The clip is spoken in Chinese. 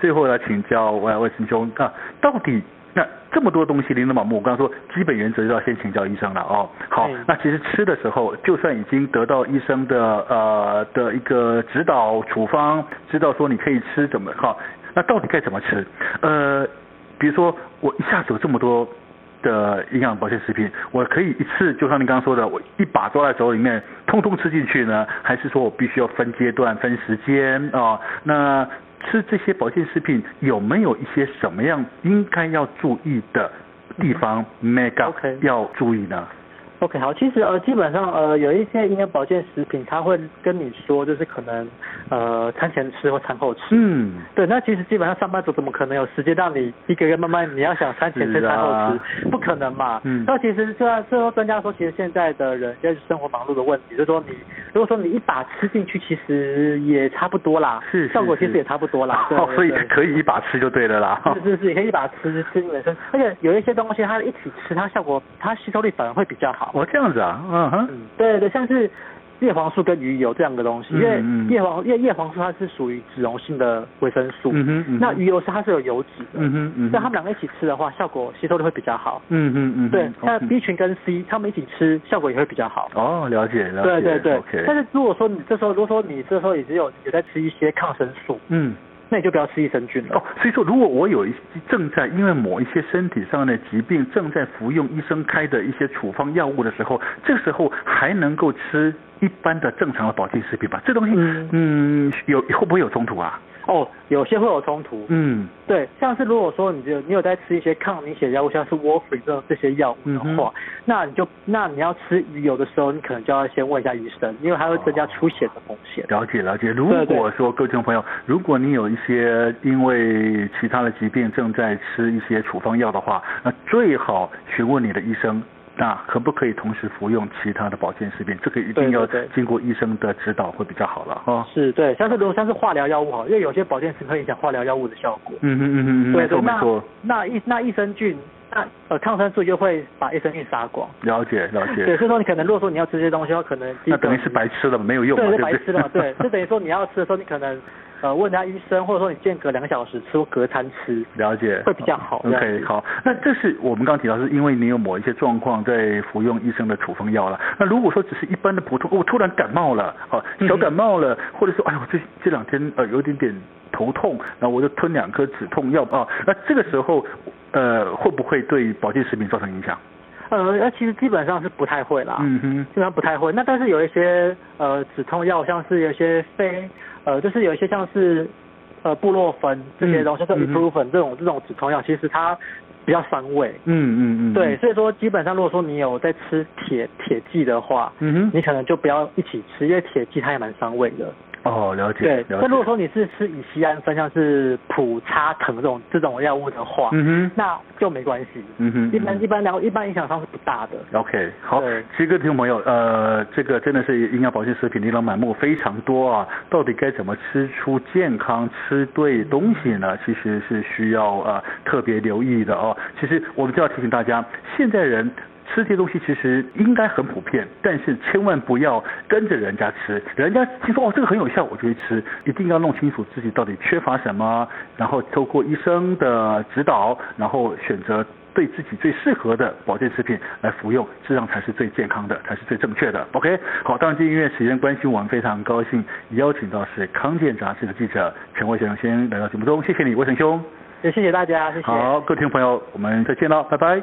最后来请教外外师兄啊，到底那这么多东西，林德宝木，我刚刚说基本原则要先请教医生了哦。好对，那其实吃的时候，就算已经得到医生的呃的一个指导处方，知道说你可以吃怎么哈，那到底该怎么吃？呃，比如说我一下子有这么多。的营养保健食品，我可以一次，就像你刚刚说的，我一把抓在手里面，通通吃进去呢，还是说我必须要分阶段、分时间啊、哦那吃这些保健食品有没有一些什么样应该要注意的地方、m a k e up OK 要注意呢？ OK，好，其实呃，基本上呃，有一些营养保健食品，它会跟你说，就是可能呃，餐前吃或餐后吃。嗯，对，那其实基本上上班族怎么可能有时间让你一个月慢慢你要想餐前吃是啊餐后吃，不可能嘛。嗯那其实就像最后专家说，其实现在的人就是生活忙碌的问题，就是说你如果说你一把吃进去，其实也差不多啦，是是啊效果其是实也差不 多啦。对哦，所以对可以一把吃就对了啦。是是是，你可以把它吃吃本身，而且有一些东西它一起吃，它效果它吸收力反而会比较好。哦，这样子啊，嗯哼，嗯，对对，像是叶黄素跟鱼油这两个东西，因为嗯嗯叶黄叶叶黄素它是属于脂溶性的维生素，嗯哼，嗯哼那鱼油是它是有油脂的，嗯哼嗯所以它们哼，两个一起吃的话，效果吸收力会比较好。嗯哼嗯哼，对，那 OK B 群跟 C 它们一起吃，效果也会比较好。哦，了解了解对对对，OK，但是如果说你这时候，如果说你这时候已经有有在吃一些抗生素，嗯。那你就不要吃益生菌了。哦，所以说，如果我有一正在因为某一些身体上的疾病正在服用医生开的一些处方药物的时候，这时候还能够吃一般的正常的保健食品吧？这东西，嗯嗯，有会不会有冲突啊？哦，有些会有冲突，嗯对，像是如果说你就你有在吃一些抗凝血药物，像是 warfarin 这种这些药物的嗯话哼，那你就那你要吃鱼油的时候，你可能就要先问一下医生，因为它会增加出血的风险。了解了解。如对对果说各位听众朋友，如果你有一些因为其他的疾病正在吃一些处方药的话，那最好询问你的医生。那可不可以同时服用其他的保健食品？这个一定对对要对经过医生的指导会比较好了哈。是对，像是如果像是化疗药物哈，因为有些保健食品会影响化疗药物的效果。嗯哼嗯哼嗯哼，没对错对，没那错，那益那益生菌，那呃抗生素就会把益生菌杀光。了解了对，解。所以说你可能如果说你要吃这些东西的话，可能第一那个等于是白吃了，没有用嘛，对对，是不白对？吃了，对，就等于说你要吃的时候，你可能呃问一下医生，或者说你间隔两个小时吃或隔餐吃。了解，会比较好这样 OK，好，那这是我们刚刚提到，是因为你有某一些状况在服用医生的处方药了。那如果说只是一般的普通，哦我突然感冒了，好，嗯小感冒了，或者说，哎呦，这这两天呃有一点点头痛，那我就吞两颗止痛药啊。那这个时候，呃，会不会对保健食品造成影响？呃，那其实基本上是不太会啦，嗯哼基，本上不太会。那但是有一些呃止痛药，像是有一些非呃，就是有一些像是呃布洛芬这些东西，嗯像嗯 i 哼 p r o v e n 这种这种止痛药，其实它比较伤胃。嗯嗯嗯，对，，所以说基本上如果说你有在吃铁铁剂的话，嗯哼，你可能就不要一起吃，因为铁剂它也蛮伤胃的。哦，了解，对了，解。那如果说你是吃乙酰氨酚，像是普擦疼这种这种药物的话，嗯哼，那就没关系。嗯哼，一嗯哼般一般疗一般影响上是不大的。 OK，好对，其实各位听众朋友，呃，这个真的是营养保健食品琳琅满目，非常多啊。到底该怎么吃出健康、吃对东西呢？其实是需要呃特别留意的哦。其实我们就要提醒大家，现在人。吃这些东西其实应该很普遍，但是千万不要跟着人家吃。人家听说哦这个很有效，我就去吃。一定要弄清楚自己到底缺乏什么，然后透过医生的指导，然后选择对自己最适合的保健食品来服用，这样才是最健康的，才是最正确的。OK，好，当然今天因为时间关系，我们非常高兴邀请到是康健杂志的记者陈卫成先生来到节目中，谢谢你，卫成兄。也谢谢大家，谢谢。好，各位听众朋友，我们再见喽，拜拜。